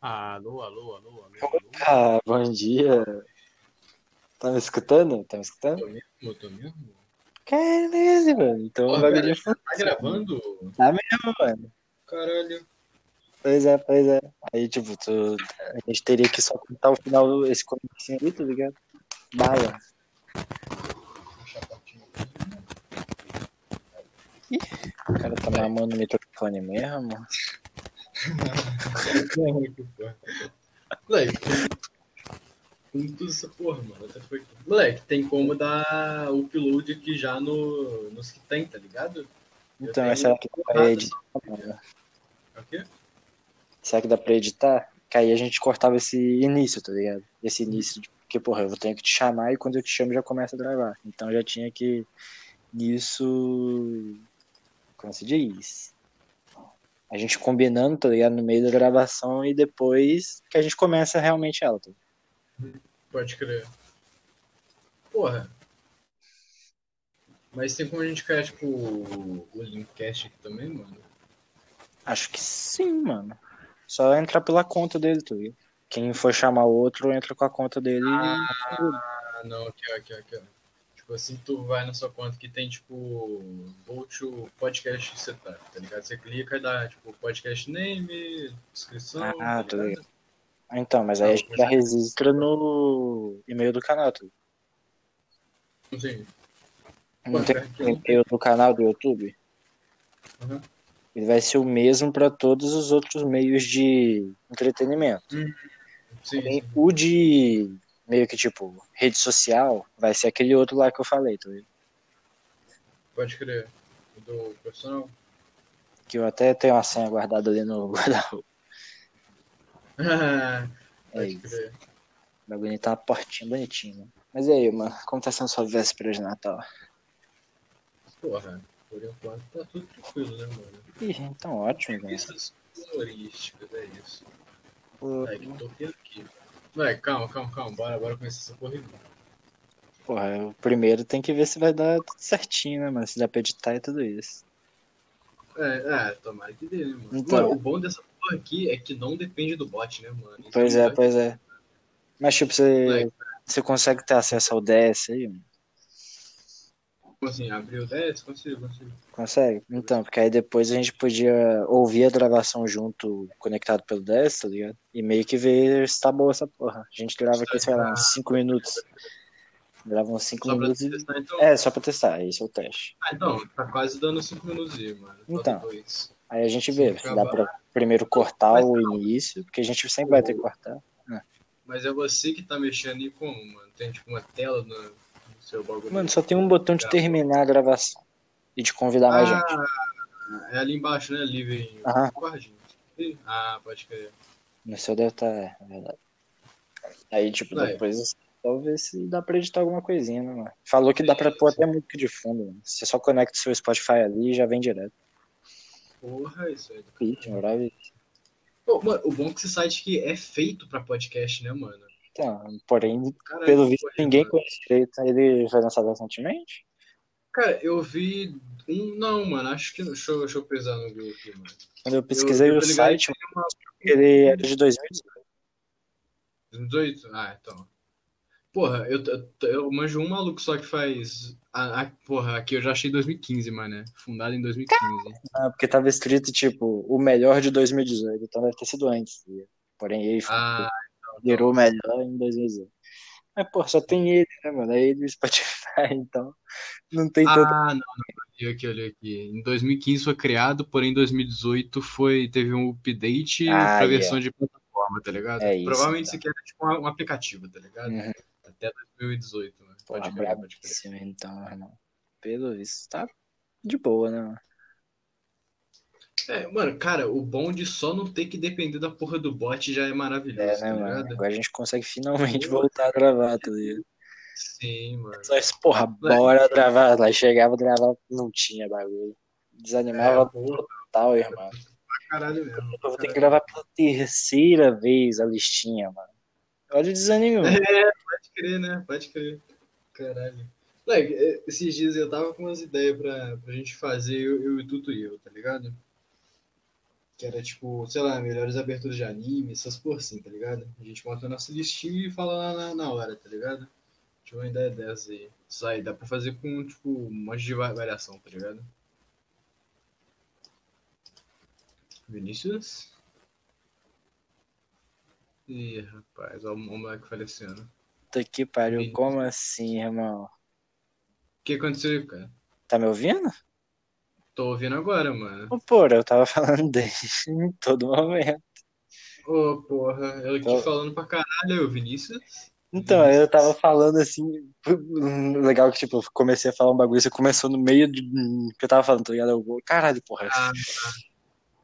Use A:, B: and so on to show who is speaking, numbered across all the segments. A: Ah, Alô, alô, alô,
B: Então,
A: alô.
B: Opa, bom dia. Tá me escutando? Tá me escutando?
A: Tô mesmo, tô mesmo.
B: Caralho, mano. Então
A: Ó,
B: o bagulho
A: velho,
B: é foda,
A: Tá gravando?
B: mano.
A: Caralho.
B: Pois é, pois é. Aí, tipo, tu... a gente teria que só contar o final, esse comecinho ali, tá ligado? Bala.
A: Vou puxar a portinha aqui.
B: O cara tá na mão no microfone mesmo.
A: Não, que porra. Moleque, tem tem tudo essa porra, mano. Até foi... Moleque, tem como dar upload aqui já no... nos que tem, tá ligado? Eu
B: Então,
A: tenho-
B: mas será que dá pra
A: Nada,
B: editar, mano?
A: só- O quê?
B: Será que dá pra editar? Que aí a gente cortava esse início, tá ligado? Esse início, de... porque, porra, eu tenho que te chamar e quando eu te chamo já começa a gravar. Então já tinha que. Nisso. Como se diz? A gente combinando, tá ligado? No meio da gravação e depois que a gente começa realmente ela. Tá? ligado?
A: Pode crer. Porra. Mas tem como a gente criar, tipo, o o Linkcast aqui também, mano?
B: Acho que sim, mano. Só entrar pela conta dele, tá ligado? Quem for chamar o outro, entra com a conta dele. e.
A: Ah, não, aqui, ó, aqui, ó, aqui. ó. Tipo assim, tu vai na sua conta que tem, tipo, go to podcast setup, tá ligado? Você clica e dá, tipo, podcast name, descrição.
B: Ah,
A: tá
B: tô ligado. Então, mas aí a gente já registra no e-mail do canal, tá ligado?
A: Sim.
B: Não tem o e-mail do canal do YouTube?
A: Uhum.
B: Ele vai ser o mesmo para todos os outros meios de entretenimento.
A: Sim,
B: Tem
A: sim.
B: O de meio que tipo rede social vai ser aquele outro lá que eu falei, tá ligado?
A: pode crer. O Do personal.
B: que eu até tenho uma senha guardada ali no guarda-roupa. É
A: pode
B: isso.
A: crer.
B: O bagulho tá uma portinha bonitinha. né? Mas e aí, mano, como tá sendo sua véspera de Natal?
A: Porra, por enquanto tá tudo tranquilo, né, mano?
B: Ih, então ótimo, velho.
A: Pistas florísticas, é isso.
B: Pô,
A: É que tô vendo aqui. Vai, calma, calma, calma. Bora, bora começar essa corrida.
B: Porra, o primeiro tem que ver se vai dar tudo certinho, né, mano? Se dá pra editar e tudo isso.
A: É, é, tomara que dê, né, mano?
B: Então.
A: Mano, o bom dessa porra aqui é que não depende do bot, né, mano? Isso
B: Pois é,
A: vai-
B: pois é. Mas tipo, você,
A: Moleque.
B: você consegue ter acesso ao DS aí? mano?
A: Como assim, abrir o 10, consigo, consigo.
B: Consegue? Então, porque aí depois a gente podia ouvir a gravação junto, conectado pelo DS, tá ligado? E meio que ver se tá boa essa porra. A gente grava aqui, sei lá, uns 5 minutos. Grava uns 5
A: Só pra
B: minutos e...
A: testar, então.
B: É, só pra testar, esse é o teste.
A: Ah, então, tá quase dando 5 minutos aí, mano. Falta
B: Então.
A: dois.
B: Aí a gente vê,
A: Sim,
B: dá pra primeiro cortar o início, porque a gente sempre vai ter que cortar.
A: Mas é você que tá mexendo aí como, mano? Tem tipo uma tela no, no seu bagulho.
B: Mano, só tem um botão de terminar a gravação e de convidar mais
A: Ah,
B: gente.
A: é ali embaixo, né? Livre em
B: Aham.
A: guardinho. Ih, Ah, pode crer.
B: No seu deve estar, é, na verdade. Aí, tipo,
A: Vai.
B: depois talvez se dá pra editar alguma coisinha, né, mano? Falou que dá pra pôr até música de fundo, mano. Você só conecta o seu Spotify ali e já vem direto.
A: Porra, isso aí.
B: Pitch, maravilha.
A: Pô, mano, o bom é que esse site aqui é feito pra podcast, né, mano?
B: Então, porém,
A: Caralho,
B: pelo visto,
A: porra,
B: ninguém
A: mano.
B: conhece direito. né? Ele foi lançado recentemente?
A: Cara, eu vi um. Não, mano, acho que. Deixa eu, deixa eu pesar no Google aqui, mano.
B: Quando eu pesquisei
A: eu
B: o
A: tô ligado
B: site,
A: que tem uma-
B: ele era de 2018.
A: 2018? Ah, então. Porra, eu, eu, eu manjo um maluco só que faz. A, a- porra, aqui eu já achei 2015, mano. né? Fundado em 2015.
B: Ah, porque tava escrito, tipo, o melhor de 2018. Então deve ter sido antes. Porém, ele
A: Ah,
B: virou o melhor em 2018. Mas, pô, só tem ele, né, mano? É ele e o Spotify, então não tem tanto.
A: ah, não, não, eu olhei aqui, eu olhei aqui. Em 2015 foi criado, porém em 2018 foi, teve um update
B: Ah,
A: pra
B: é.
A: versão de plataforma, tá ligado?
B: É isso,
A: Provavelmente
B: tá.
A: isso aqui era tipo um, um aplicativo, tá ligado?
B: Uhum.
A: Até 2018, né?
B: Pô,
A: Pode crer, pode crer.
B: brabíssimo, então, irmão. Pelo visto, tá de boa, né? mano?
A: É, mano, cara, o bom de só não ter que depender da porra do bot já é maravilhoso,
B: É, né,
A: tá
B: mano?
A: ligado?
B: Agora a gente consegue finalmente voltar a gravar, tá ligado?
A: Sim, mano.
B: Só isso, porra, bora gravar. Lá chegava, gravava, não tinha bagulho. Desanimava
A: É, porra,
B: total, irmão.
A: pra caralho mesmo.
B: Eu vou ter que gravar pela terceira vez a listinha, mano. Olha o desânimo. mano.
A: Pode crer, né? Pode crer. Caralho. Moleque, é, esses dias eu tava com umas ideias pra, pra gente fazer eu, eu e o Tutu e eu, tá ligado? Que era tipo, sei lá, melhores aberturas de anime, essas porra assim, tá ligado? A gente monta a nossa listinha e fala lá na, na hora, tá ligado? Tinha uma ideia dessa aí. Isso aí dá pra fazer com, tipo, um monte de va- variação, tá ligado? Vinícius? Ih, rapaz, olha o moleque falecendo.
B: Puta que pariu, como assim, irmão?
A: O que aconteceu aí, cara?
B: Tá me ouvindo?
A: Tô ouvindo agora, mano.
B: Ô, porra, eu tava falando dele em todo momento.
A: Ô, porra, eu aqui
B: Tô.
A: falando pra caralho, o Vinícius.
B: Então,
A: Uhum.
B: eu tava falando assim. Legal que, tipo, eu comecei a falar um bagulho, você começou no meio de. que eu tava falando, tá ligado? Eu, caralho, porra.
A: Ah, tá.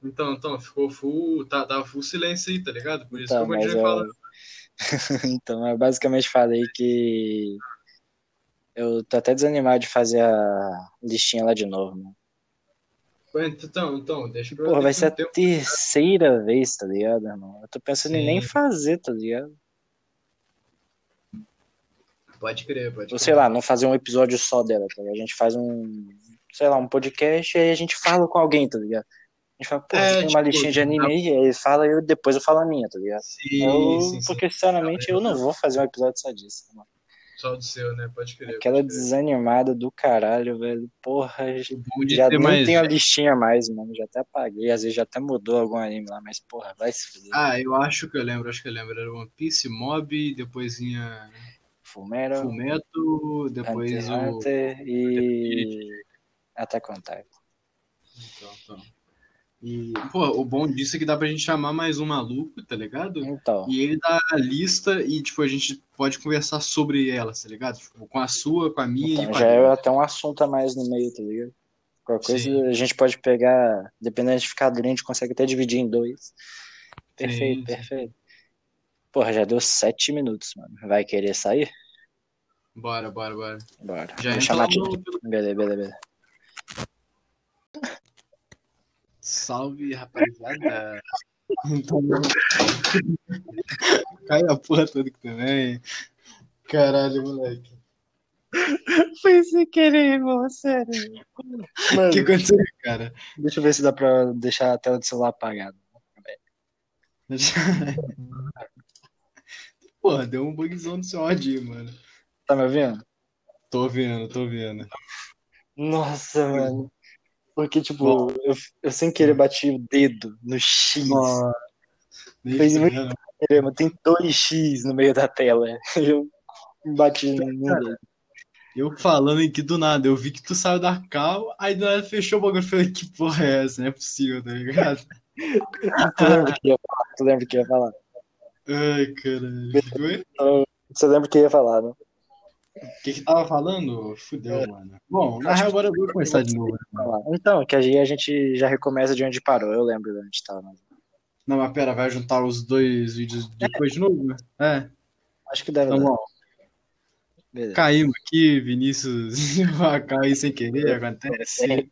A: Então, então, ficou full, tá, tava full silêncio aí, tá ligado? Por isso
B: Tá,
A: que eu
B: mas
A: continuei
B: eu-
A: falando.
B: Então, eu basicamente falei que eu tô até desanimado de fazer a listinha lá de novo, mano.
A: Então, então, deixa pra
B: Porra, vai
A: deixa
B: ser
A: um
B: a
A: tempo.
B: terceira vez, tá ligado, irmão? Eu tô pensando em nem
A: Sim.
B: fazer, tá ligado?
A: Pode crer, pode
B: Ou
A: crer.
B: sei lá, não fazer um episódio só dela, tá ligado? A gente faz um, sei lá, um podcast e aí a gente fala com alguém, tá ligado? A gente fala, pô,
A: É,
B: você tem uma
A: tipo,
B: listinha de anime aí, aí fala e eu- depois eu falo a minha, tá ligado?
A: Sim,
B: Eu-
A: sim, sim.
B: porque, sinceramente, eu não vou fazer um episódio só disso, mano.
A: Só do seu, né? Pode crer.
B: Aquela
A: pode crer.
B: desanimada do caralho, velho. Porra,
A: O bom de
B: já
A: ter
B: nem
A: mais- né?
B: tenho a listinha mais, mano. Já até apaguei, às vezes já até mudou algum anime lá, mas porra, vai se fuder.
A: Ah, eu acho que eu lembro, acho que eu lembro. Era One Piece, Mob, depois vinha
B: Fumero,
A: Fullmetal, depois
B: Hunter x
A: o.
B: Hunter e Attack on Titan.
A: Então, então. E, pô, o bom disso é que dá pra gente chamar mais um maluco, tá ligado?
B: Então,
A: E ele dá a lista e, tipo, a gente pode conversar sobre elas, tá ligado? Tipo, com a sua, com a minha e
B: então
A: com a
B: já é
A: dele.
B: até um assunto a mais no meio, tá ligado? Qualquer coisa
A: Sim.
B: a gente pode pegar, dependendo de ficar grande, a gente consegue até dividir em dois. Perfeito,
A: sim.
B: perfeito. Porra, já deu sete minutos, mano. Vai querer sair?
A: Bora, bora, bora.
B: Bora.
A: Já é
B: Vou
A: entra
B: chamar
A: lá
B: de...
A: no... pelo-
B: Beleza, beleza, beleza.
A: Salve, rapaziada. Então, Cai a porra toda aqui também. Caralho, moleque.
B: Foi sem querer, irmão, sério. Mano,
A: O que aconteceu, cara?
B: deixa eu ver se dá pra deixar a tela do celular apagada.
A: Porra, deu um bugzão no seu áudio, aí, mano.
B: Tá me ouvindo?
A: Tô vendo, tô vendo.
B: Nossa, mano. Porque, tipo, eu, eu sem querer bati o dedo no X. Fez muito- Caramba, tem dois X no meio da tela. Eu bati no dedo.
A: Eu falando aqui do nada, eu vi que tu saiu da cal, aí do nada fechou o bagulho. Eu Falei, que porra é essa? Não é possível, tá ligado?
B: Tu lembra o que eu ia falar? Tu lembra o que eu ia falar?
A: Ai, caralho.
B: Você lembra o que eu ia falar, né?
A: O que que tava falando? Fudeu, mano. Bom, na real, agora eu vou começar de novo. né, mano?
B: Falar. Então, que aí a gente já recomeça de onde parou. Eu lembro de onde tava.
A: Não, mas pera, vai juntar os dois vídeos depois de novo? né? É,
B: Acho que deve
A: então,
B: dar.
A: ó,
B: Beleza.
A: caímos aqui, Vinícius caiu sem querer, acontece.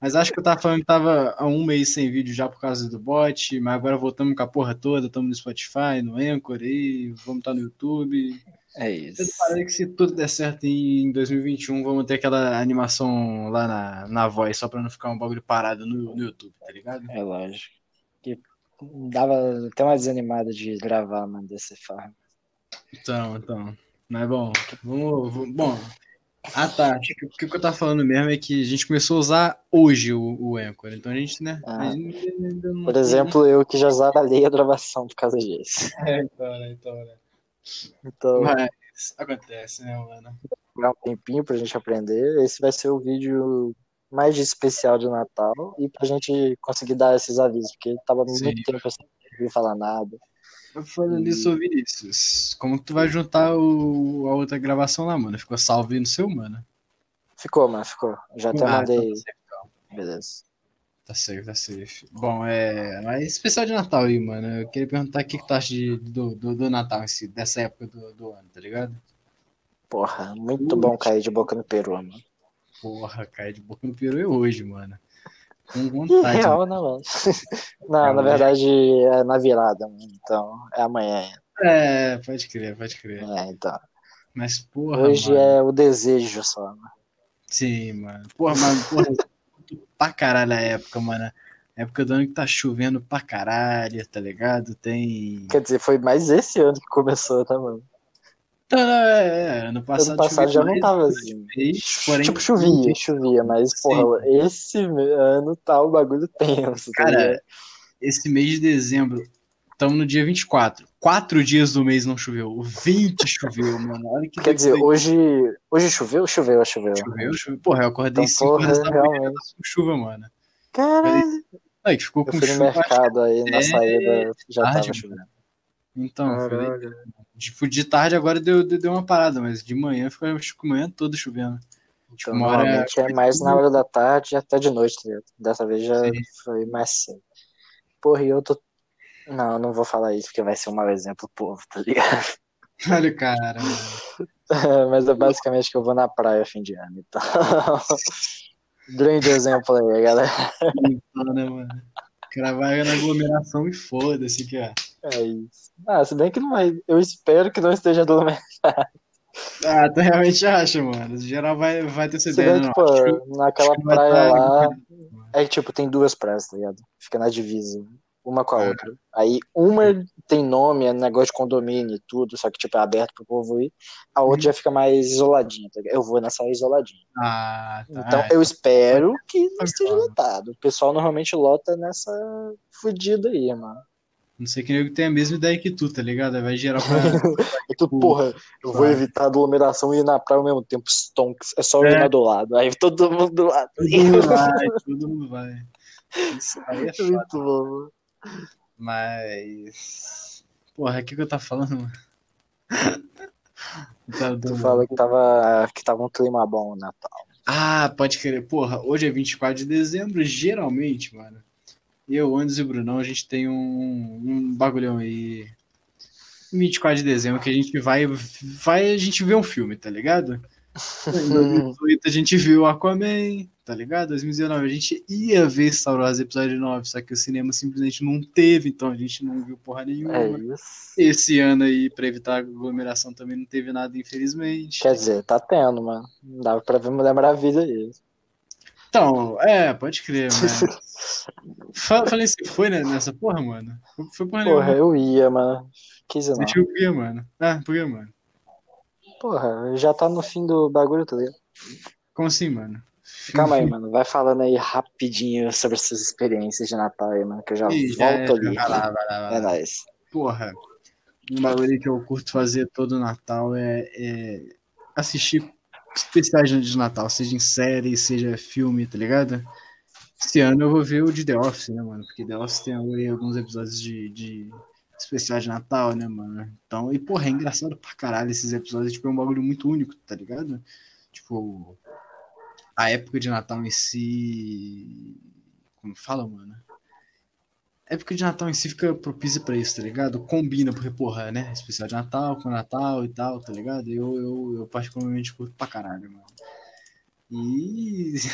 A: Mas acho que eu tava falando que tava há um mês sem vídeo já por causa do bot, mas agora voltamos com a porra toda, estamos no Spotify, no Anchor aí, vamos estar no YouTube.
B: É
A: Eu
B: isso.
A: parei que se tudo der certo em 2021, vamos ter aquela animação lá na, na voz, só pra não ficar um bagulho parado no, no YouTube, tá ligado?
B: É lógico. Que dava até uma desanimada de gravar, mano, desse farm.
A: Então, então. Mas bom, vamos. vamos- bom. Ah, tá. Acho que O que eu tava falando mesmo é que a gente começou a usar hoje o, o Anchor. Então a gente, né? a
B: Ah.
A: gente ainda não
B: Por
A: tem-
B: exemplo, eu que já zaralhei a gravação por causa disso.
A: É, então, né? Então, né?
B: Então,
A: Mas acontece, né, mano?
B: pegar um tempinho pra gente aprender. Esse vai ser o vídeo mais de especial de Natal e pra gente conseguir dar esses avisos, porque tava
A: Sim.
B: muito tempo sem ouvir falar nada. Hum.
A: Falando nisso, Vinícius, como que tu vai juntar o, a outra gravação lá, mano? Ficou salve no seu, mano.
B: Ficou, mano, ficou. Já até
A: Ah,
B: mandei.
A: então
B: Beleza.
A: Tá safe, tá safe. Bom, é. Mas especial de Natal aí, mano. Eu queria perguntar o que que tu acha de, do, do, do Natal, em si, dessa época do, do ano, tá ligado?
B: Porra, muito bom cair de boca no peru, mano.
A: Porra, cai de boca no peru eu hoje, mano. Com
B: E
A: vontade.
B: real, né, mano? Não, na
A: Realmente.
B: verdade é na virada, mano. Então, é amanhã.
A: É, pode crer, pode crer.
B: É, então.
A: Mas, porra,
B: Hoje
A: mano.
B: é o desejo só. né?
A: é Sim, mano. Porra, mano, porra. eu curto pra caralho a época, mano. Época do ano que tá chovendo pra caralho, tá ligado? Tem.
B: Quer dizer, foi mais esse ano que começou, tá, mano?
A: Tá, é, ano passado,
B: ano passado já não
A: mais,
B: tava assim.
A: fez, porém,
B: Tipo, chovia, chovia, mas, porra, esse ano tá o bagulho tenso. tá
A: Cara,
B: ligado?
A: esse mês de dezembro, estamos no dia 24. Quatro dias do mês não choveu. 20 choveu, mano. Olha que
B: quer dizer,
A: doido.
B: hoje, hoje choveu? Choveu, choveu.
A: choveu, choveu. Porra, eu acordei
B: Então,
A: 5
B: porra,
A: horas da manhã
B: realmente.
A: com chuva, mano.
B: Caralho,
A: Aí que ficou
B: eu
A: com
B: fui no
A: chuva.
B: mercado aí, na
A: até
B: saída, já
A: tarde,
B: tava
A: mano.
B: chovendo.
A: Então, eu falei, tipo, de tarde agora deu, deu, deu uma parada, mas de manhã ficou tipo, manhã toda chovendo. Tipo,
B: Então,
A: uma hora-
B: normalmente é mais na hora da tarde e até de noite, tá ligado? Dessa vez já
A: Sim.
B: foi mais cedo. Porra, e eu tô. Não, não vou falar isso porque vai ser um mau exemplo pro povo, tá ligado?
A: Olha, cara. mano.
B: Mas é basicamente que eu vou na praia fim de ano, então. Grande exemplo aí, galera.
A: Então, né, mano? O cara vai na aglomeração e foda-se que, ó.
B: É isso. Ah, se bem que não vai. Eu espero que não esteja aglomerado.
A: Ah, tu realmente acha, mano. Geral vai, vai ter essa
B: Se
A: ideia,
B: bem
A: não.
B: que, pô,
A: Acho que-
B: naquela
A: acho que vai
B: tipo, praia
A: tá-
B: lá. É que, tipo, tem duas praias, tá ligado? Fica na divisa, uma com a
A: É.
B: outra. Aí uma tem nome, é negócio de condomínio e tudo, só que, tipo, é aberto pro povo ir. A outra
A: Uhum.
B: já fica mais isoladinha, tá ligado? Eu vou nessa isoladinha.
A: Ah, tá.
B: Então, eu espero que não
A: Tá
B: esteja
A: claro.
B: lotado. O pessoal normalmente lota nessa fudida aí, mano.
A: Não sei que nego tem a mesma ideia que tu, tá ligado? Aí Vai gerar pra.
B: E tu, É porra, eu vou
A: Claro.
B: evitar aglomeração e ir na praia ao mesmo tempo, stonks. É só eu ir
A: É.
B: na do lado. Aí todo mundo do lado. É
A: todo mundo vai, todo mundo vai. Isso aí é foda.
B: Muito bom, mano.
A: Mas. Porra, o que, que eu tava falando, mano? Tá
B: Tu
A: doido.
B: fala que tava, que tava um clima bom na
A: Ah, pode crer. Porra, hoje é 24 de dezembro, geralmente, mano. Eu, Andes e o Brunão, a gente tem um, um bagulhão aí. 24 de dezembro que a gente vai, vai a gente vê um filme, tá ligado? Em 2018 a gente viu Aquaman, tá ligado? 2019 a gente ia ver Star Wars Episódio 9, só que o cinema simplesmente não teve, então a gente não viu porra nenhuma.
B: É isso.
A: Esse ano aí, pra evitar aglomeração, também não teve nada, infelizmente.
B: Quer dizer, tá tendo, mano. Dava pra ver Mulher Maravilha aí.
A: Então, é, pode crer, mano. Fa- Falei, você foi né, nessa porra, mano? Foi- Foi porra
B: Porra,
A: nenhuma.
B: eu ia, mano. Quis ir, não.
A: Deixa eu ver, mano. Ah, por quê, mano?
B: Porra, já tá no fim do bagulho, tá ligado?
A: Como assim, mano?
B: Calma aí, mano. Vai falando aí rapidinho sobre suas experiências de Natal aí, mano, que eu já
A: Ih,
B: volto
A: já é,
B: ali.
A: vai lá, vai lá, vai lá.
B: É nóis.
A: Porra, um bagulho que eu curto fazer todo Natal é, é assistir especiais de Natal, seja em série, seja filme, tá ligado? Esse ano eu vou ver o de The Office, né, mano? Porque The Office tem aí alguns episódios de, de especiais de Natal, né, mano? Então, e porra, é engraçado pra caralho esses episódios, tipo, é um bagulho muito único, tá ligado? Tipo, a época de Natal em si. Como fala, mano? época de Natal em si fica propícia pra isso, tá ligado? Combina, porque, porra, né? Especial de Natal com Natal e tal, tá ligado? Eu, eu, eu particularmente curto pra caralho, mano. E.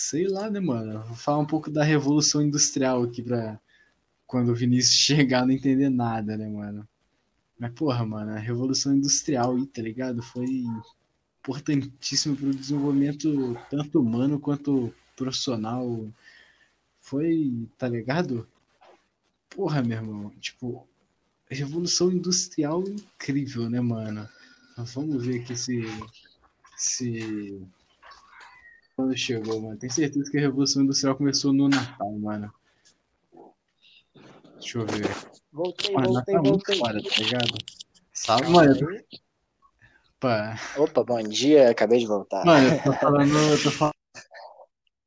A: Sei lá, né, mano? Vou falar um pouco da Revolução Industrial aqui pra. Quando o Vinícius chegar, não entender nada, né, mano? Mas, porra, mano, a Revolução Industrial aí, tá ligado? Foi importantíssimo pro desenvolvimento tanto humano quanto profissional. Foi, tá ligado? Porra, meu irmão, tipo, revolução industrial incrível, né, mano? Mas Vamos ver aqui se. se... Quando chegou, mano. Tenho certeza que a Revolução Industrial começou no Natal, mano. Deixa eu ver.
B: Voltei,
A: Mano, Natal
B: voltei,
A: é muito
B: voltei.
A: foda, tá ligado? Salve, mano. Opa.
B: Opa, bom dia, acabei de voltar.
A: Mano, eu tô falando, eu tô falando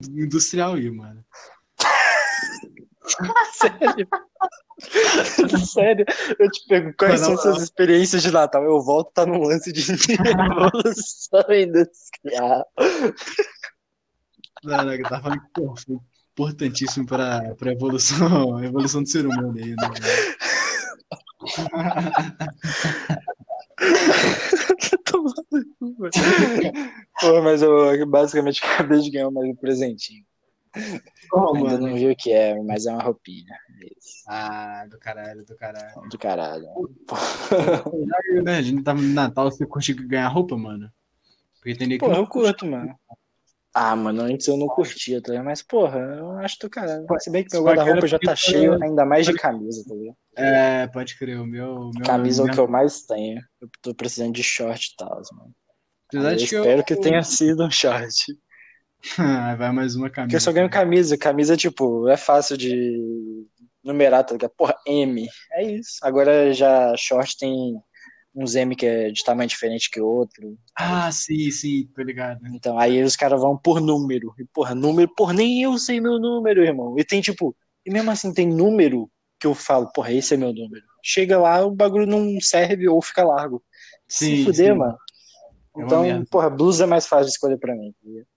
A: industrial aí, mano.
B: Sério? Sério? Eu te pergunto, quais
A: Mano,
B: são
A: eu-
B: suas experiências de Natal? Eu volto, tá no lance de revolução industrial.
A: Não, não, eu tava falando que pô, foi importantíssimo pra, pra evolução, a evolução do ser humano aí, né, mano?
B: Tô maluco, mano. Pô, mas eu basicamente acabei de ganhar mais um presentinho.
A: Qual,
B: Ainda
A: mano?
B: não vi o que é, mas é uma roupinha. É isso.
A: Ah, do caralho, do caralho.
B: Do caralho.
A: Já, né, a gente tá no Natal, você conseguiu ganhar roupa, mano? Porque tem nem que
B: Pô,
A: não
B: eu curto, mano. Ah, mano, antes eu não curtia, tá ligado? Mas, porra, eu acho do caralho.
A: Pode-
B: Se bem que meu
A: pode-
B: guarda-roupa já tá
A: pode-
B: cheio, ainda mais de camisa, tá ligado?
A: É, pode crer, o meu. o meu
B: Camisa é o
A: minha-
B: que eu mais tenho. Eu tô precisando de short e tal, mano.
A: Apesar
B: eu
A: de que eu-
B: Ah, espero que tenha sido um short.
A: Ah, vai mais uma camisa.
B: Porque eu só ganho camisa. Camisa, tipo, é fácil de numerar, tá ligado? Porra, M. É isso. Agora já short tem uns M que é de tamanho diferente que outro.
A: Ah, sim, sim, tô ligado.
B: Então, aí os caras vão por número. E, porra, número, porra, nem eu sei meu número, irmão. E tem, tipo, e mesmo assim tem número que eu falo, porra, esse é meu número. Chega lá, o bagulho não serve ou fica largo.
A: Sim.
B: Se fuder,
A: sim.
B: mano.
A: É uma
B: Então,
A: merda.
B: porra, blusa é mais fácil de escolher pra mim. tá ligado?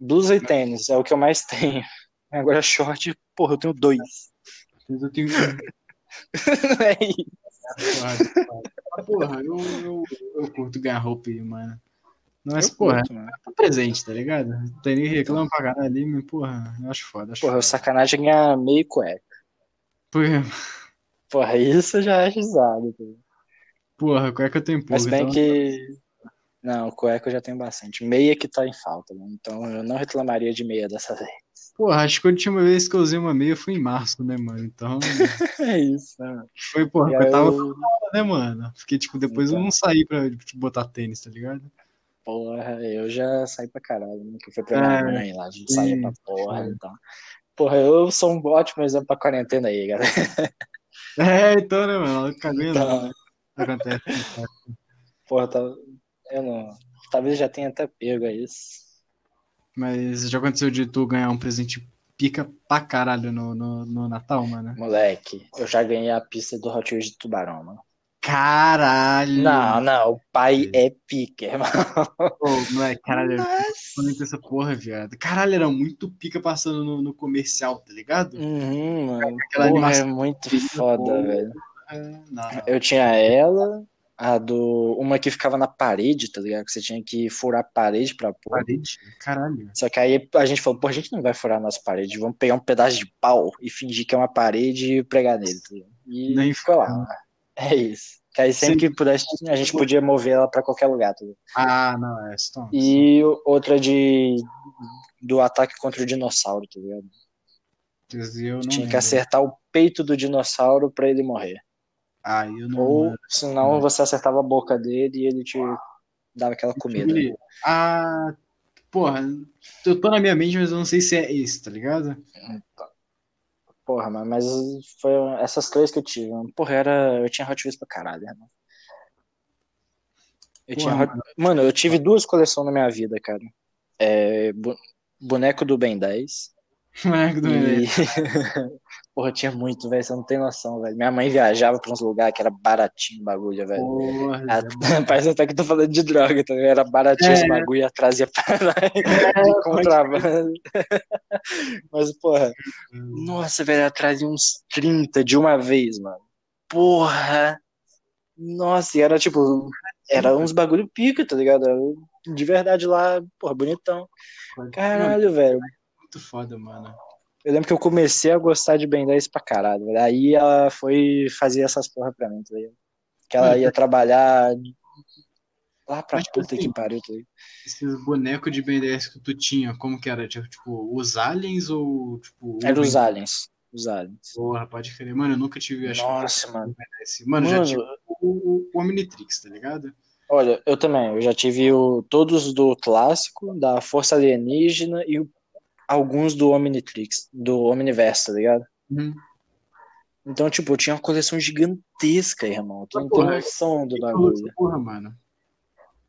B: Blusa e tênis é o que eu mais tenho. Agora short, porra, eu tenho dois.
A: Eu tenho.
B: É isso.
A: Ah, porra, eu, eu, eu curto ganhar roupa, aí, mano. Mas, porra,
B: curto, mano.
A: é presente, tá ligado? Não tem nem reclama pra caralho ali, mas, porra, eu acho foda. Acho
B: Porra,
A: foda.
B: sacanagem é ganhar meio cueca.
A: Porra,
B: Porra, isso eu já acho usado. tá ligado?
A: porra, cueca eu tenho pouco.
B: Mas bem
A: então-
B: que. Não, cueca eu já tenho bastante. Meia que tá em falta, né? Então eu não reclamaria de meia dessa vez.
A: Porra, acho que a última vez que eu usei uma meia foi em março, né, mano? Então,
B: É isso, né? mano?
A: foi, porra,
B: E
A: que eu
B: aí
A: tava
B: eu- Então.
A: foda, né, mano? Porque, tipo, depois eu não saí pra tipo, botar tênis, tá ligado?
B: Porra, eu já saí pra caralho, né? Que foi pra
A: É,
B: minha mãe lá, a gente
A: sim,
B: saía pra porra
A: sim.
B: e tal. Porra, eu sou um ótimo exemplo pra quarentena aí, galera.
A: É, então, né, mano? Cagando,
B: Então,
A: acontece.
B: porra, tá... eu não. Talvez já tenha até pego é isso.
A: Mas já aconteceu de tu ganhar um presente pica pra caralho no, no, no Natal, mano?
B: Moleque, eu já ganhei a pista do Hot Wheels de Tubarão, mano.
A: Caralho!
B: Não, não, o pai é pique, irmão.
A: Pô, moleque, caralho, eu
B: Nossa.
A: tô com essa porra, viado. Caralho, era muito pica passando no, no comercial, tá ligado?
B: Uhum, mano.
A: Aquela
B: porra, é
A: animação
B: muito
A: incrível,
B: foda,
A: porra.
B: velho.
A: É, não,
B: Eu tinha ela, a do. Uma que ficava na parede, tá ligado? Que você tinha que furar a parede pra pôr.
A: parede, caralho.
B: Só que aí a gente falou, pô, a gente não vai furar a nossa parede, vamos pegar um pedaço de pau e fingir que é uma parede e pregar nele. tá ligado? E
A: Nem
B: ficou lá. É isso. Que aí
A: Sim.
B: sempre que pudesse, a gente podia mover ela pra qualquer lugar. Tá ligado?
A: Ah, não, é Stone.
B: E outra de. Do ataque contra o dinossauro, tá ligado?
A: Eu não
B: Tinha que
A: lembro.
B: acertar o peito do dinossauro pra ele morrer.
A: Ah, eu não
B: Ou,
A: lembro.
B: senão, você acertava a boca dele e ele te dava aquela comida. né?
A: Ele- Ah, porra, eu tô na minha mente, mas eu não sei se é esse, tá ligado?
B: Porra, mano, mas foi um, essas três que eu tive. mano. Porra, era... eu tinha Hot Wheels pra caralho, irmão. Eu
A: Porra,
B: tinha Hot... mano. eu tive duas coleções na minha vida, cara. É, bu- Boneco do Ben 10.
A: Moleque do
B: E...
A: Hum.
B: Porra, eu tinha muito, velho. Você não tem noção, velho. Minha mãe viajava pra uns lugares que era baratinho o bagulho, velho.
A: Porra,
B: A- Parece até que eu tô falando de droga, tá ligado? Era baratinho esse
A: É.
B: bagulho e atrás ia pra lá de contrabando. Mas, porra, nossa, velho, atrás de uns 30 de uma vez, mano. Porra! Nossa, e era tipo, era uns bagulho pica, tá ligado? Era De verdade lá, porra, bonitão.
A: Mano,
B: Caralho, velho.
A: muito foda, mano.
B: Eu lembro que eu comecei a gostar de Ben 10 pra caralho, velho. Aí ela foi fazer essas porra pra mim, tá ligado? Que ela
A: Mano, é
B: ia trabalhar lá pra
A: Mas, tipo
B: puta
A: assim,
B: que pariu, tá ligado?
A: Esses bonecos de Ben 10 que tu tinha, como que era? Tipo, tipo, os aliens ou, tipo...
B: Era
A: o
B: os
A: Ben-
B: aliens. Os aliens.
A: Porra, pode crer. Mano, eu nunca tive, acho
B: Nossa, mano.
A: que... Mano, já
B: Mano,
A: tive o, o, o Omnitrix, tá ligado?
B: olha, eu também. Eu já tive o, todos do clássico, da Força Alienígena e o- alguns do Omnitrix, do Omniverse, tá ligado?
A: Uhum.
B: Então, tipo, eu tinha uma coleção gigantesca, irmão. Tu não tem
A: Porra,
B: noção do bagulho.
A: assim, Porra, mano.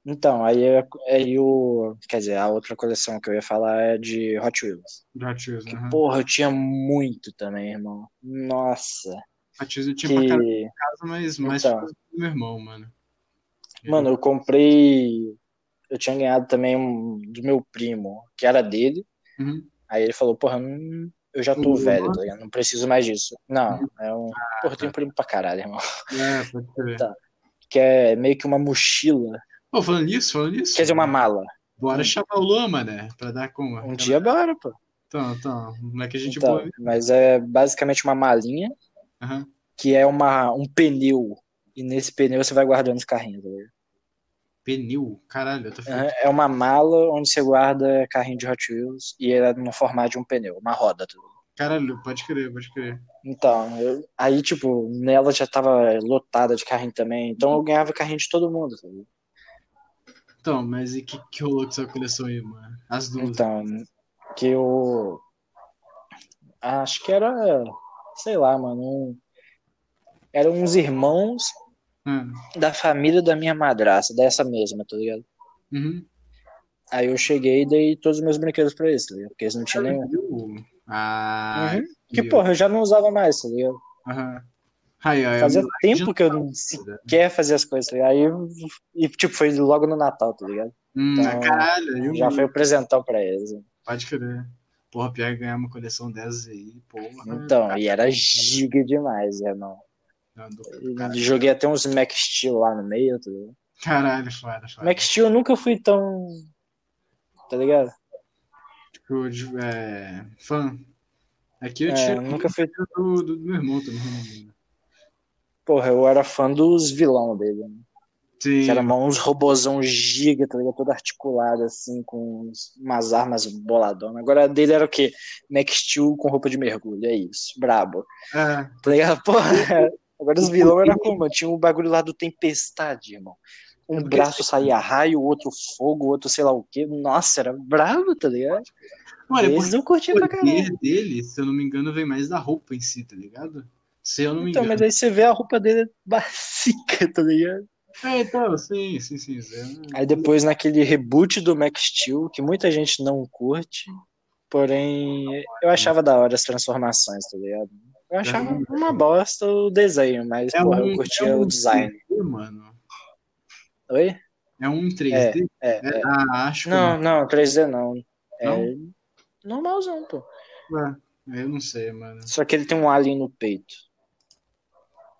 B: Então, aí, é- aí o. Quer dizer, a outra coleção que eu ia falar é de Hot Wheels.
A: Já tive,
B: Que,
A: aham.
B: porra, eu tinha muito também, irmão. Nossa.
A: Já tive, eu tinha pra caralho
B: Que.
A: em casa, mas mais
B: Então.
A: coisa do meu irmão, mano.
B: Mano, eu comprei. Eu tinha ganhado também um do meu primo, que era dele.
A: Uhum.
B: Aí ele falou, porra, hum, eu já tô
A: Uhum.
B: velho, tá ligado? Não preciso mais disso. Não, é um. Porra, eu tenho primo pra caralho, irmão.
A: É, pode crer.
B: Tá. Que é meio que uma mochila.
A: Pô, falando nisso, falando nisso...
B: Quer dizer, uma mala.
A: Bora chamar o Luan, mané, pra dar como.
B: Um dia bora, pô.
A: Então, então, moleque, a gente
B: Então,
A: boa.
B: mas é basicamente uma malinha
A: Aham.
B: que é uma, um pneu. E nesse pneu você vai guardando os carrinhos, tá ligado?
A: Pneu? Caralho, eu tô ficando...
B: É uma mala onde você guarda carrinho de Hot Wheels e era no formato de um pneu, uma roda. tudo.
A: Caralho, pode crer, pode crer.
B: Então, eu- aí, tipo, nela já tava lotada de carrinho também, então eu ganhava carrinho de todo mundo. tá ligado?
A: Então, mas e que, que rolou com sua coleção aí, mano? As duas.
B: Então, que eu. Acho que era. Sei lá, mano. um- Eram uns irmãos
A: Ah,
B: da família da minha madrasta, dessa mesma, tá ligado?
A: uhum.
B: Aí eu cheguei e dei todos os meus brinquedos pra eles, tá ligado? Porque eles não tinham nenhum.
A: Pneu? Ah,
B: Uhum. Que
A: pneu.
B: porra, eu já não usava mais, tá ligado?
A: Aham. Aí, aí,
B: Fazia
A: É, eu-
B: tempo que eu não sequer fazia as coisas, tá ligado? Aí, eu- e tipo, foi logo no Natal, tá ligado?
A: Hum,
B: Então,
A: caralho, aí eu-
B: Já foi o presentão pra eles.
A: pode crer. Porra, pior é ganhar uma coleção dessas aí, porra.
B: Então, e era giga demais, irmão.
A: Não, do-
B: Joguei até uns Mac Steel lá no meio, tá ligado?
A: Caralho, fora, fora.
B: Max Steel eu nunca fui tão. Tá ligado?
A: Tipo, de- é, fã. Aqui eu
B: É,
A: tinha
B: nunca fui.
A: do, do, do meu irmão também. né,
B: Porra, eu era fã dos vilão dele. Né?
A: Sim,
B: Que era mó uns robozão giga, tá ligado? Todo articulado, assim, com uns- umas armas boladonas. Agora a dele era o quê? Max Steel com roupa de mergulho, é isso. Brabo.
A: é,
B: Tá ligado? Porra. Agora os vilão era como? Tinha um bagulho lá do Tempestade, irmão. Um
A: Porque-
B: braço saía raio, outro fogo, outro sei lá o quê. Nossa, era brabo, tá ligado?
A: Olha,
B: Eles eu
A: é
B: curtia
A: porque o
B: pra caralho.
A: poder dele, se eu não me engano, vem mais da roupa em si, tá ligado? Se eu não me
B: Então,
A: engano.
B: mas aí você vê a roupa dele é básica, tá ligado?
A: É, então, sim, sim, sim. sim.
B: Aí depois naquele reboot do Max Steel, que muita gente não curte, porém eu achava da hora as transformações, tá ligado? Eu achava uma bosta o desenho, mas
A: Uhum. É
B: porra,
A: um-
B: eu curtia
A: é um
B: o design.
A: 3D, mano.
B: Oi?
A: É um 3D?
B: É,
A: É, Ah, acho
B: Não,
A: que
B: não, 3D não. É
A: Não?
B: normalzão, pô.
A: não. É, Eu não sei, mano.
B: Só que ele tem um alien no peito.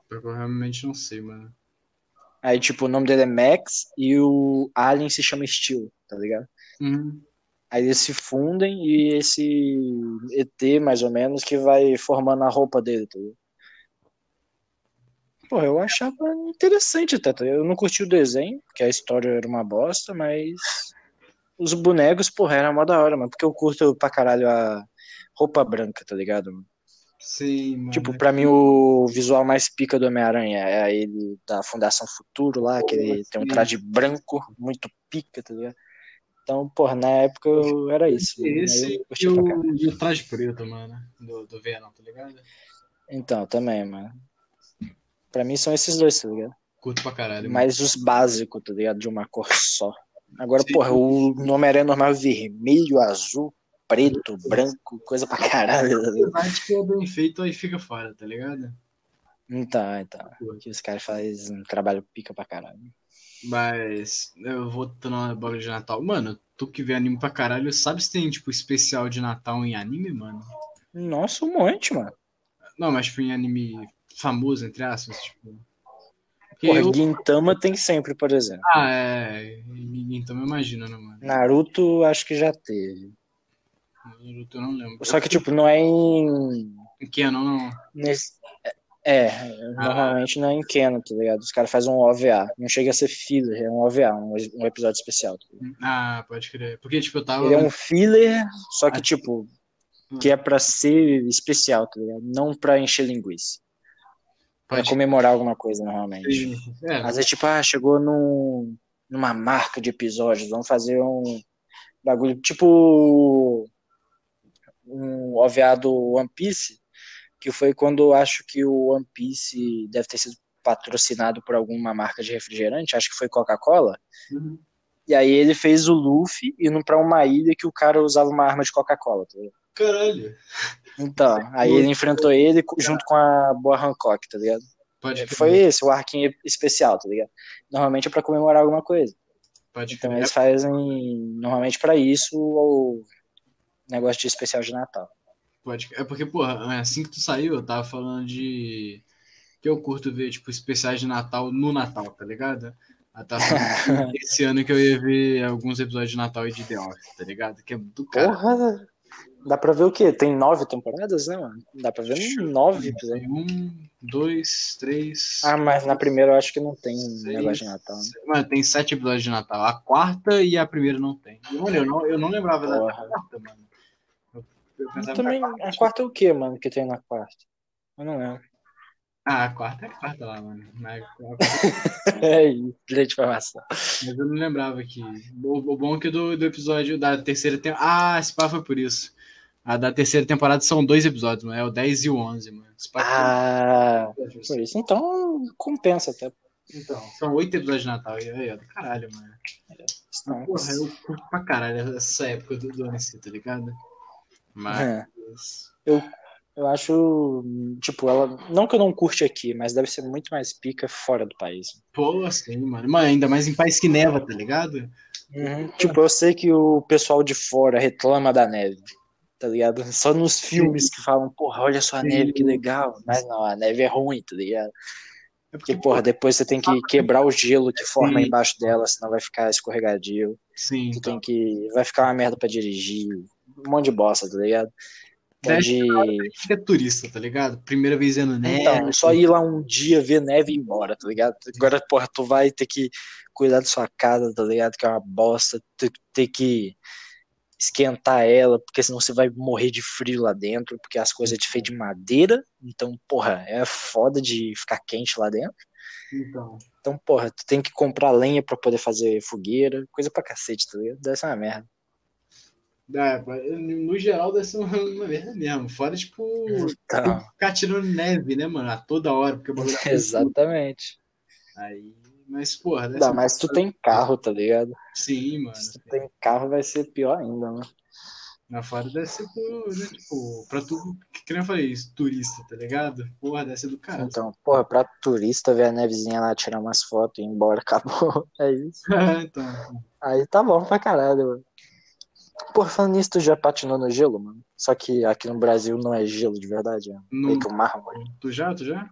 A: Eu realmente não sei, mano.
B: Aí, tipo, o nome dele é Max e o alien se chama Steel, tá ligado?
A: Uhum.
B: Aí eles se fundem e esse ET, mais ou menos, que vai formando a roupa dele, tá ligado? Porra, eu achava interessante até, tá ligado? Eu não curti o desenho, porque a história era uma bosta, mas os bonecos, porra, era mó da hora, mano. Porque eu curto pra caralho a roupa branca, tá ligado? mano?
A: Sim, mano. É
B: Tipo, pra mim o visual mais pica do Homem-Aranha é ele da Fundação Futuro lá, que ele tem um
A: sim.
B: traje branco, muito pica, tá ligado? Então, porra, na época eu era isso. mano. Aí eu
A: Esse
B: curti
A: e
B: pra caralho.
A: o, e o traje preto, mano, do, do Venom, tá ligado?
B: Então, também, mano. Pra mim são esses dois, tá ligado?
A: Curto pra caralho. mano.
B: Mas os básicos, tá ligado? De uma cor só. Agora,
A: Sim.
B: porra, o Homem-Aranha normal é vermelho, azul, preto, branco, coisa pra caralho. tá ligado?
A: Apesar de que é bem feito, aí fica fora, tá ligado?
B: Então, então. Que os caras fazem um trabalho pica pra caralho.
A: Mas eu vou voltando no bagulho de Natal. Mano, tu que vê anime pra caralho, sabe se tem, tipo, especial de Natal em anime, mano?
B: Nossa, um monte, mano.
A: Não, mas tipo, em anime famoso, entre aspas, tipo. Porque
B: Porra,
A: eu-
B: Gintama tem sempre, por exemplo.
A: Ah, é. Então eu imagino, né, mano?
B: Naruto, acho que já teve.
A: Naruto eu não lembro.
B: Só que, tipo, não é em.
A: Que eu não, Ah, não.
B: Nesse- É, normalmente não é em canon, tá ligado? Os caras fazem um OVA. Não chega a ser filler, é um OVA, um, um episódio especial. tá ligado?
A: Ah, pode crer. Porque, tipo, eu tava.
B: Ele é um filler, só que
A: Ah.
B: tipo, que é pra ser especial, tá ligado? Não pra encher linguiça. Pra
A: Pode
B: comemorar alguma coisa, normalmente.
A: crer. É,
B: Às vezes, tipo, ah, chegou num, numa marca de episódios, vamos fazer um bagulho, tipo um OVA do One Piece, que foi quando eu acho que o One Piece deve ter sido patrocinado por alguma marca de refrigerante, acho que foi Coca-Cola.
A: Uhum.
B: E aí ele fez o Luffy indo pra uma ilha que o cara usava uma arma de Coca-Cola, tá ligado?
A: Caralho.
B: Então, aí ele enfrentou ele co- junto com a Boa Hancock, tá ligado?
A: Pode crer.
B: Foi esse, o arquinho especial, tá ligado? Normalmente é pra comemorar alguma coisa.
A: Pode
B: Então
A: crer.
B: eles fazem normalmente pra isso o negócio de especial de Natal.
A: Pode... É porque, porra, assim que tu saiu, eu tava falando de. Que eu curto ver, tipo, especiais de Natal no Natal, tá ligado? Ah, tá falando que esse ano que eu ia ver alguns episódios de Natal e de The Office, tá ligado? Que é do cara.
B: Porra! Dá pra ver o quê? Tem nove temporadas, né, mano? Dá pra ver
A: Deixa eu
B: nove
A: ver.
B: episódios.
A: Um, dois, três.
B: Ah, mas na primeira eu acho que não tem
A: seis,
B: negócio de Natal. Né?
A: sete- Mano, tem sete episódios de Natal. A quarta e a primeira não tem. E, Olha, eu não, eu não lembrava da
B: Porra.
A: quarta, mano. Eu, eu pensava que
B: Também,
A: a quarta
B: a
A: tinha-
B: quarta é o quê, mano, que tem na quarta? Eu não lembro.
A: Ah, a quarta é a quarta lá, mano. Mas
B: É isso, direito de informação.
A: mas eu não lembrava que. O, o bom é que do, do episódio da terceira temporada. Ah, esse pá foi por isso. A da terceira temporada são dois episódios, mano. É o 10 e o 11, mano. Esse pá que-
B: Ah, por isso. Então, compensa até.
A: Então, são oito episódios de Natal. E aí, ó, do caralho, mano.
B: Senão...
A: Porra, eu curto pra caralho essa época do, do ano, assim, tá ligado? Mas.
B: É. Eu acho, tipo, ela. Não que eu não curte aqui, mas deve ser muito mais pica fora do país.
A: Pô, assim, mano. Mano, ainda mais em país que neva, tá ligado? Uhum.
B: Tipo, eu sei que o pessoal de fora reclama da neve, tá ligado? Só nos filmes que falam, porra, olha só a
A: Sim.
B: neve, que legal. Mas não, a neve é ruim, tá ligado?
A: É
B: Porque, porra, depois você tem que quebrar o gelo que forma
A: Sim.
B: embaixo dela, senão vai ficar escorregadio.
A: Sim,
B: Tu
A: então.
B: tem que. Vai ficar uma merda pra dirigir. Um monte de bosta, tá ligado? Então, Pode.
A: Fica turista, tá ligado? Primeira vez né? vendo neve.
B: Então, só ir lá um dia ver neve e ir embora, tá ligado? Agora, porra, tu vai ter que cuidar da sua casa, tá ligado? Que é uma bosta, tu ter que esquentar ela, porque senão você vai morrer de frio lá dentro, porque as coisas é feitas de madeira, então, porra, é foda de ficar quente lá dentro.
A: Então.
B: Então, porra, tu tem que comprar lenha pra poder fazer fogueira, coisa pra cacete, tá ligado? Deve ser uma merda.
A: É, no geral, deve ser uma uma merda mesmo. Fora, tipo,
B: Então,
A: ficar tirando neve, né, mano? A toda hora, porque o bagulho. é
B: exatamente.
A: Aí. Mas, porra, deve
B: Ainda
A: ser- É.
B: mais se tu tem carro, tá ligado?
A: Sim, mano.
B: Se tu tem carro vai ser pior ainda, né?
A: Na fora deve ser pro, né, tipo, pra tu, que nem eu falei, turista, tá ligado? Porra, deve ser do caralho.
B: Então, porra, pra turista ver a nevezinha lá, tirar umas fotos e ir embora, acabou. É isso.
A: então,
B: Aí tá bom pra caralho, mano. Porra, falando nisso, tu já patinou no gelo, mano? Só que aqui no Brasil não é gelo de verdade, é
A: não,
B: meio que um mármore.
A: tu já, tu já?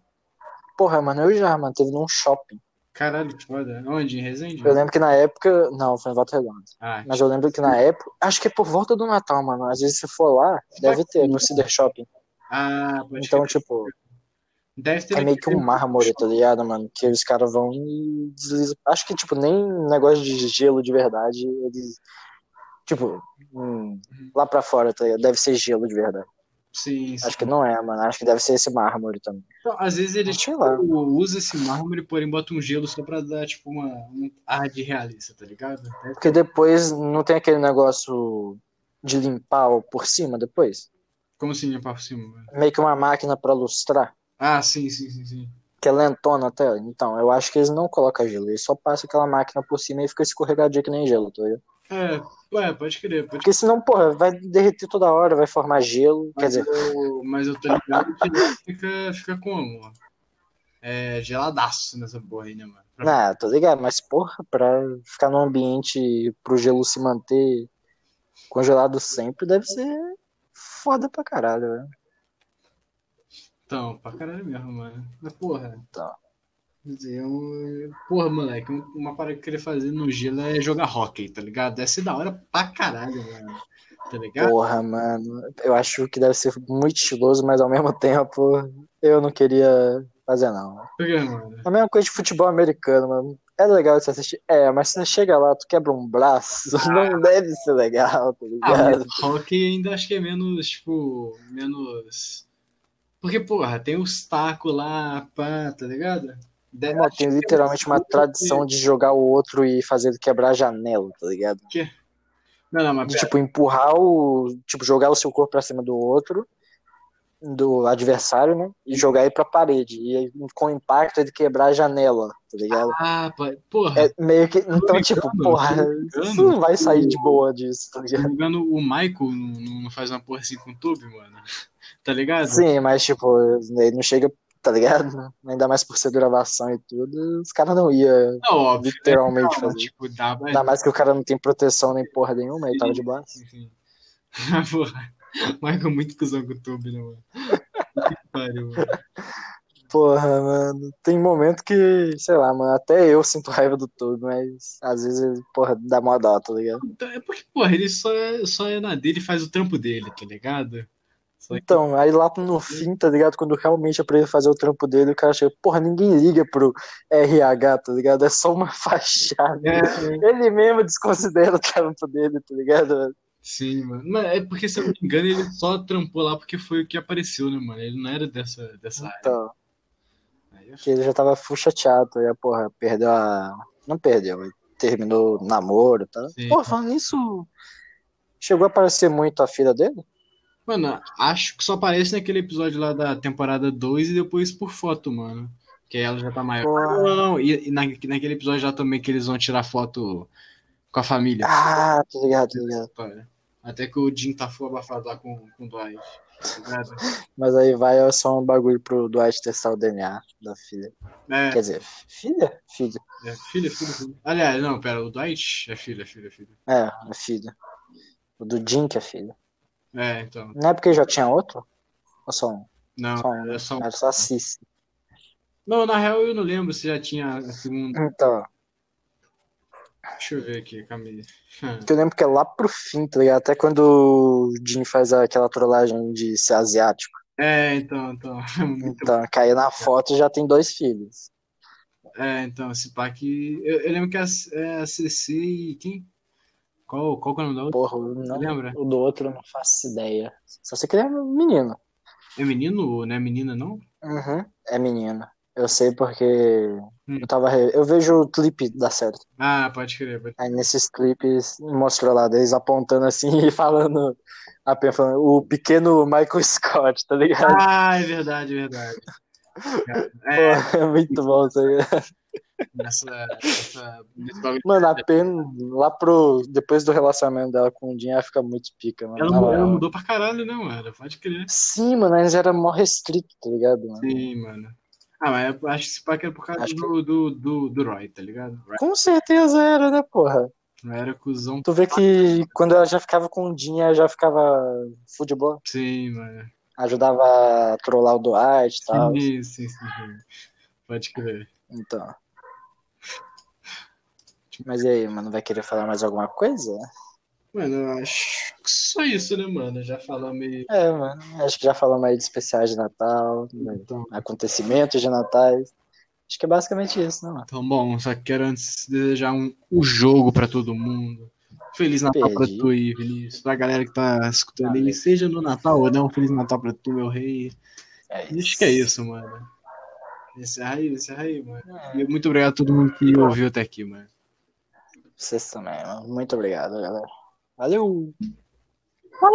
B: Porra, mano, eu já, mano, teve num shopping.
A: Caralho, que foda. Onde? Em Resende?
B: Eu lembro que na época. Não, foi em Volta Redonda.
A: Ah,
B: Mas eu lembro que na época. Acho que é por volta do Natal, mano. Às vezes se for lá, deve ter, no Cider Shopping.
A: ah, pode
B: Então,
A: crer.
B: tipo,
A: Deve ter
B: é meio que um mármore, tá ligado, mano? Que os caras vão e deslizam. Acho que, tipo, nem negócio de gelo de verdade, eles. Tipo, hum, lá pra fora, tá ligado? Deve ser gelo de verdade.
A: Sim, sim.
B: Acho que não é, mano. Acho que deve ser esse mármore também.
A: Então, às vezes ele
B: Mas sei
A: tipo,
B: lá.
A: usa esse mármore, porém bota um gelo só pra dar, tipo, uma, um ar de realista, tá ligado? Deve-
B: Porque depois não tem aquele negócio de limpar o por cima depois?
A: Como assim, limpar por cima? mano?
B: Meio que uma máquina pra lustrar.
A: Ah, sim, sim, sim, sim.
B: Que é lentona até. Então, eu acho que eles não colocam gelo. Eles só passam aquela máquina por cima e fica escorregadinho que nem gelo, tá ligado?
A: É, ué, pode crer, pode
B: Porque senão, porra, vai derreter toda hora, vai formar gelo. Quer
A: Mas
B: dizer,
A: eu, mas eu tô ligado que lá fica, fica como? É geladaço nessa porra aí, né, mano? Pra-
B: Ah, tô ligado, mas porra, pra ficar num ambiente pro gelo se manter congelado sempre deve ser foda pra caralho, né? velho.
A: Então, pra caralho mesmo, mano. Mas, porra.
B: Tá.
A: Quer dizer, eu... Porra, moleque, um- uma parada que eu queria fazer no gelo é jogar hockey, tá ligado? Deve ser da hora pra caralho, mano. Tá ligado?
B: Porra, mano, eu acho que deve ser muito estiloso, mas ao mesmo tempo eu não queria fazer, não.
A: Por quê, mano?
B: A mesma coisa de futebol americano, mano. É legal de se assistir, é, mas você chega lá, tu quebra um braço, não deve ser legal, tá
A: Ah,
B: ligado?
A: mas hockey ainda acho que é menos, tipo, menos. Porque, porra, tem os tacos lá, pá, tá ligado? Deve-
B: Mano, É, tem literalmente
A: um
B: uma tradição de jogar o outro e fazer ele quebrar a janela, tá ligado?
A: Não, não, mas
B: de tipo empurrar o, tipo jogar o seu corpo pra cima do outro, do adversário, né? E jogar ele pra parede e aí, com o impacto ele quebrar a janela, tá ligado?
A: Ah, pá, porra.
B: É meio que então
A: ligado,
B: tipo,
A: tô
B: porra,
A: ligado.
B: isso não vai sair de boa disso, tá
A: Se eu
B: ligado?
A: não me engano, o Michael não, não- não faz uma porra assim com o Tube, mano. Tá ligado?
B: Sim, mas tipo, ele não chega, tá ligado? Ainda mais por ser gravação e tudo, os caras não ia,
A: Não, óbvio. né?
B: literalmente
A: Não, mas,
B: fazer.
A: Tipo, dá pra.
B: ainda mais que o cara não tem proteção nem porra nenhuma, ele tava de boas.
A: Enfim. porra. O Michael é muito cuzão com o Tube, né, mano? Que pariu, mano.
B: porra, mano. Tem momento que, sei lá, mano, até eu sinto raiva do todo, mas às vezes, porra, dá mó dó, tá ligado?
A: Então, É porque, porra, ele só é, só é na dele e faz o trampo dele, tá ligado? Só que-
B: Então, aí lá no fim, tá ligado? Quando realmente é pra ele fazer o trampo dele, o cara chega, porra, ninguém liga pro RH, tá ligado? É só uma fachada.
A: É,
B: Ele mesmo desconsidera o trampo dele, tá ligado? mano?
A: sim, mano. Mas é porque, se eu não me engano, ele só trampou lá porque foi o que apareceu, né, mano? Ele não era dessa, dessa área.
B: Então,
A: Aí é
B: que ele já tava full chateado, tá ligado? Porra, perdeu a. Não perdeu, mas terminou o namoro, tá?
A: Sim.
B: Porra, falando nisso. Chegou a aparecer muito a filha dele?
A: Mano, acho que só aparece naquele episódio lá da temporada 2 e depois por foto, mano. Que aí ela já tá maior.
B: Uau.
A: Não, não, não. E, e na- naquele episódio lá também que eles vão tirar foto com a família.
B: Ah, tá ligado, tá ligado.
A: Olha, Até que o Jim tá full abafado lá com, com o Dwight. tá ligado?
B: Mas aí vai é só um bagulho pro Dwight testar o DNA da filha. Quer
A: É,
B: dizer, filha? Filha.
A: é filha, filha, filha. Aliás, não, pera, o Dwight é filha, filha, filha.
B: É, a filha. O do Jim que é filha.
A: É, então.
B: Não é porque já tinha outro? Ou só um?
A: Não,
B: Só um.
A: é só.
B: Era só a Cici.
A: Não, na real eu não lembro se já tinha a segunda.
B: Então,
A: Deixa eu ver aqui, Camille.
B: que eu lembro que é lá pro fim, tá ligado? Até quando o Jim faz aquela trollagem de ser asiático.
A: É, então, então.
B: Então, cair na foto já tem dois filhos.
A: É, então, esse pack. Eu, eu lembro que a, é, a CC e quem? Qual, qual que é o nome da outra?
B: Porra, eu não.
A: Lembra?
B: O do outro eu não faço ideia. Só sei que ele é um menino.
A: É menino ou não é menina, não?
B: Uhum. É menino. Eu sei porque eu tava. re- Eu vejo o clipe da série.
A: Ah, pode crer. pode-
B: Aí nesses clipes mostrou lá, eles apontando assim e falando, a Pen falando, o pequeno Michael Scott, tá ligado?
A: Ah, é verdade, é verdade. É,
B: Pô, é muito bom, tá ligado?
A: nessa, nessa, nesse bagulho.
B: Mano, a Pen lá pro. Depois do relacionamento dela com o Jim, ela fica muito pica, mano.
A: Ela,
B: na
A: mudou- ela
B: moral.
A: mudou pra caralho, né, mano? Pode crer.
B: Sim, mano, eles eram mó restrito, tá ligado, mano?
A: Sim, mano. Ah, mas eu acho que esse pack era por causa
B: Acho que-
A: do, do, do, do Roy, tá ligado? Roy
B: Com certeza era, né, porra?
A: Não era cuzão.
B: Tu vê que quando ela já ficava com o Jim, ela já ficava futebol,
A: Sim, mano.
B: ajudava a trollar o Dwight e tal.
A: Sim, sim, sim, sim. Pode crer.
B: Então. Mas e aí, mano, vai querer falar mais alguma coisa?
A: Mano, eu acho que só isso, né, mano? Já falamos meio.
B: É, mano, acho que já falamos aí de especiais de Natal, né,
A: Então,
B: acontecimentos de Natais. Acho que é basicamente isso, né, mano?
A: Então, bom, só quero antes desejar um, um jogo pra todo mundo. Feliz Natal pra
B: Perdi.
A: tu aí, Vinícius. Pra galera que tá escutando aí,
B: Valeu.
A: seja no Natal ou não, Feliz Natal pra tu, meu rei. Acho que é isso, mano. Encerra aí, encerra aí, mano. E muito obrigado a todo mundo que ouviu até aqui, mano.
B: Vocês também, mano. Muito obrigado, galera. Valeu!